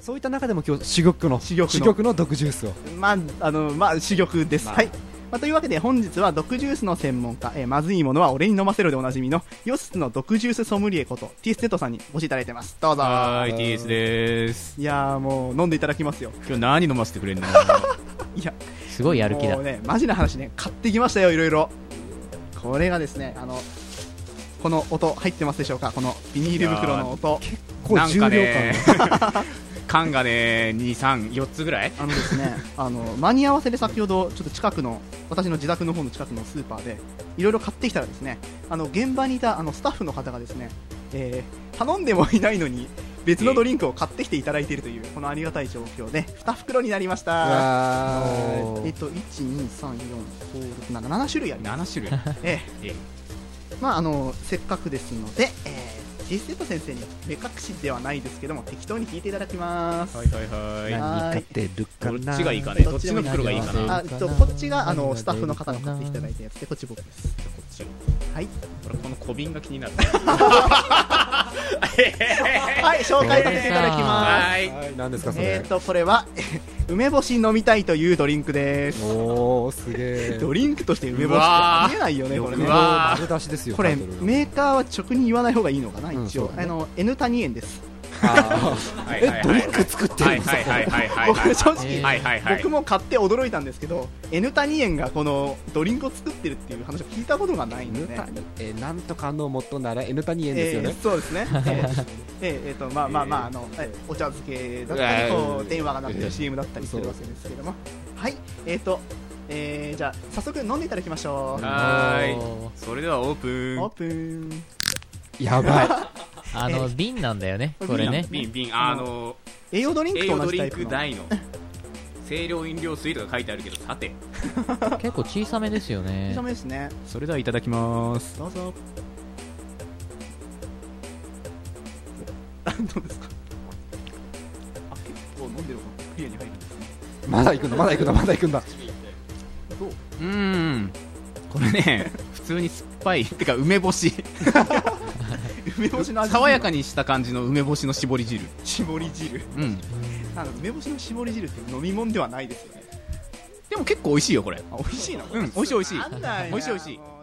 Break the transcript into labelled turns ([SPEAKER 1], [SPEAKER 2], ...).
[SPEAKER 1] そういった中でも今日珠玉の
[SPEAKER 2] 珠玉の
[SPEAKER 1] 毒ジュースを
[SPEAKER 2] まあ、あの、まあ、珠玉です。
[SPEAKER 1] まあ
[SPEAKER 2] はい。まあ、というわけで本日は毒ジュースの専門家、えーまずいものは俺に飲ませろでおなじみの、ヨシスの毒ジュースソムリエこと TZ さんにお越しいただいてます。どうぞ。
[SPEAKER 3] はーい、TS でーす。
[SPEAKER 2] いやーもう飲んでいただきますよ。
[SPEAKER 3] 今日何飲ませてくれんの
[SPEAKER 2] いや、
[SPEAKER 4] すごいやる気だ
[SPEAKER 2] もうね、マジな話ね、買ってきましたよ、いろいろ。これがですね、あの、この音入ってますでしょうかこのビニール袋の音。
[SPEAKER 1] こう
[SPEAKER 3] なん
[SPEAKER 1] 重量
[SPEAKER 3] か
[SPEAKER 1] 感
[SPEAKER 3] ね、 缶がね、2、3、4つぐらい
[SPEAKER 2] あのですね、 あの、間に合わせで先ほど、ちょっと近くの、私の自宅の方の近くのスーパーで、いろいろ買ってきたらですね、あの、現場にいた、あの、スタッフの方がですね、えー頼んでもいないのに、別のドリンクを買ってきていただいているという、このありがたい状況で、2袋になりました。
[SPEAKER 1] わー
[SPEAKER 2] えっと、1、2、3、4、5、6、7、7種類あります。
[SPEAKER 3] ?7 種類。
[SPEAKER 2] ええ
[SPEAKER 3] え
[SPEAKER 2] まああのせっかくですので、えー、G セット先生に目隠しではないですけども適当に聞いていただきます。
[SPEAKER 3] はいはいはい。
[SPEAKER 2] は
[SPEAKER 4] 何
[SPEAKER 2] ー
[SPEAKER 4] 買
[SPEAKER 2] い
[SPEAKER 4] ってるか
[SPEAKER 3] ど
[SPEAKER 4] な
[SPEAKER 3] っちがいいかね、どっちの袋がいいかな。
[SPEAKER 2] あえっとこっちがあのスタッフの方の買っていただいたやつでこっち僕です。
[SPEAKER 3] こっち
[SPEAKER 2] はい
[SPEAKER 3] 俺この小瓶が気になる。
[SPEAKER 2] はい紹介させていただきま
[SPEAKER 3] はーい。
[SPEAKER 1] はい何ですか
[SPEAKER 2] す。
[SPEAKER 1] そ
[SPEAKER 2] え
[SPEAKER 1] れ
[SPEAKER 2] っ、ー、とこれは 梅干し飲みたいというドリンクです。
[SPEAKER 1] おおすげえ
[SPEAKER 2] ドリンクとして梅干しって
[SPEAKER 3] う
[SPEAKER 2] あ
[SPEAKER 3] わー
[SPEAKER 2] りえないよねこれね
[SPEAKER 3] う。わ
[SPEAKER 1] 丸出しですよ
[SPEAKER 2] これ
[SPEAKER 1] タイトルが
[SPEAKER 2] メーカーは直に言わない方がいいのかな
[SPEAKER 1] うん
[SPEAKER 2] 一応、
[SPEAKER 1] そうだね
[SPEAKER 2] あの N 谷園です。
[SPEAKER 1] あ
[SPEAKER 3] はいはいは
[SPEAKER 1] ーえ
[SPEAKER 3] い
[SPEAKER 1] ドリンク作って
[SPEAKER 3] は
[SPEAKER 1] る
[SPEAKER 3] い
[SPEAKER 1] んです
[SPEAKER 3] はいはいはいは い。
[SPEAKER 2] 僕正直
[SPEAKER 3] はいはいはい。
[SPEAKER 2] 僕も買って驚いたんですけど、N 谷園がこのドリンクを作ってるっていう話を聞いたことがないんで
[SPEAKER 1] N
[SPEAKER 2] ね。
[SPEAKER 1] 谷えーなんとかの元なら N 谷園ですよ
[SPEAKER 2] え
[SPEAKER 1] ね
[SPEAKER 2] ーそうです ね。えーえーえーとまあまあまああの、えお茶漬けだったり、
[SPEAKER 3] うわー
[SPEAKER 2] こう電話が鳴ってる CM だったりするわけですけども、はいえっ、ー、と、えー、じゃあ早速飲んでいただきましょう。
[SPEAKER 3] はーい。それではオープン。
[SPEAKER 2] オープン。
[SPEAKER 1] やばい
[SPEAKER 4] あの瓶なんだよねこれね
[SPEAKER 3] 瓶、瓶、あの、
[SPEAKER 2] 栄養ドリンク
[SPEAKER 3] 栄
[SPEAKER 2] と
[SPEAKER 3] 養
[SPEAKER 2] 同
[SPEAKER 3] ド
[SPEAKER 2] じ
[SPEAKER 3] リ
[SPEAKER 2] タイ
[SPEAKER 3] ン
[SPEAKER 2] プ
[SPEAKER 3] ク
[SPEAKER 2] の。
[SPEAKER 3] 大の清涼飲料水とか書いてあるけど、さて。
[SPEAKER 4] 結構小さめですよね
[SPEAKER 2] ダメですね。
[SPEAKER 3] それではいただきます。
[SPEAKER 2] どうぞ。 あどうですか。あ結構飲んでる方がクリアに入るんですね。
[SPEAKER 1] まだ行くんだまだ行くんだまだ行くんだ
[SPEAKER 3] うーん。これね、普通に酸っぱい。てか、梅干し。
[SPEAKER 2] 梅干しの味
[SPEAKER 3] 爽やかにした感じの梅干しの絞り汁。
[SPEAKER 2] 絞り汁
[SPEAKER 3] うん。
[SPEAKER 2] あの梅干しの絞り汁って飲み物ではないですよね
[SPEAKER 3] でも結構美味しいよ、これ。
[SPEAKER 2] あ美味しいの
[SPEAKER 3] うん美味しい美味しい
[SPEAKER 2] つまんなな
[SPEAKER 3] 美味しい美味しい
[SPEAKER 2] も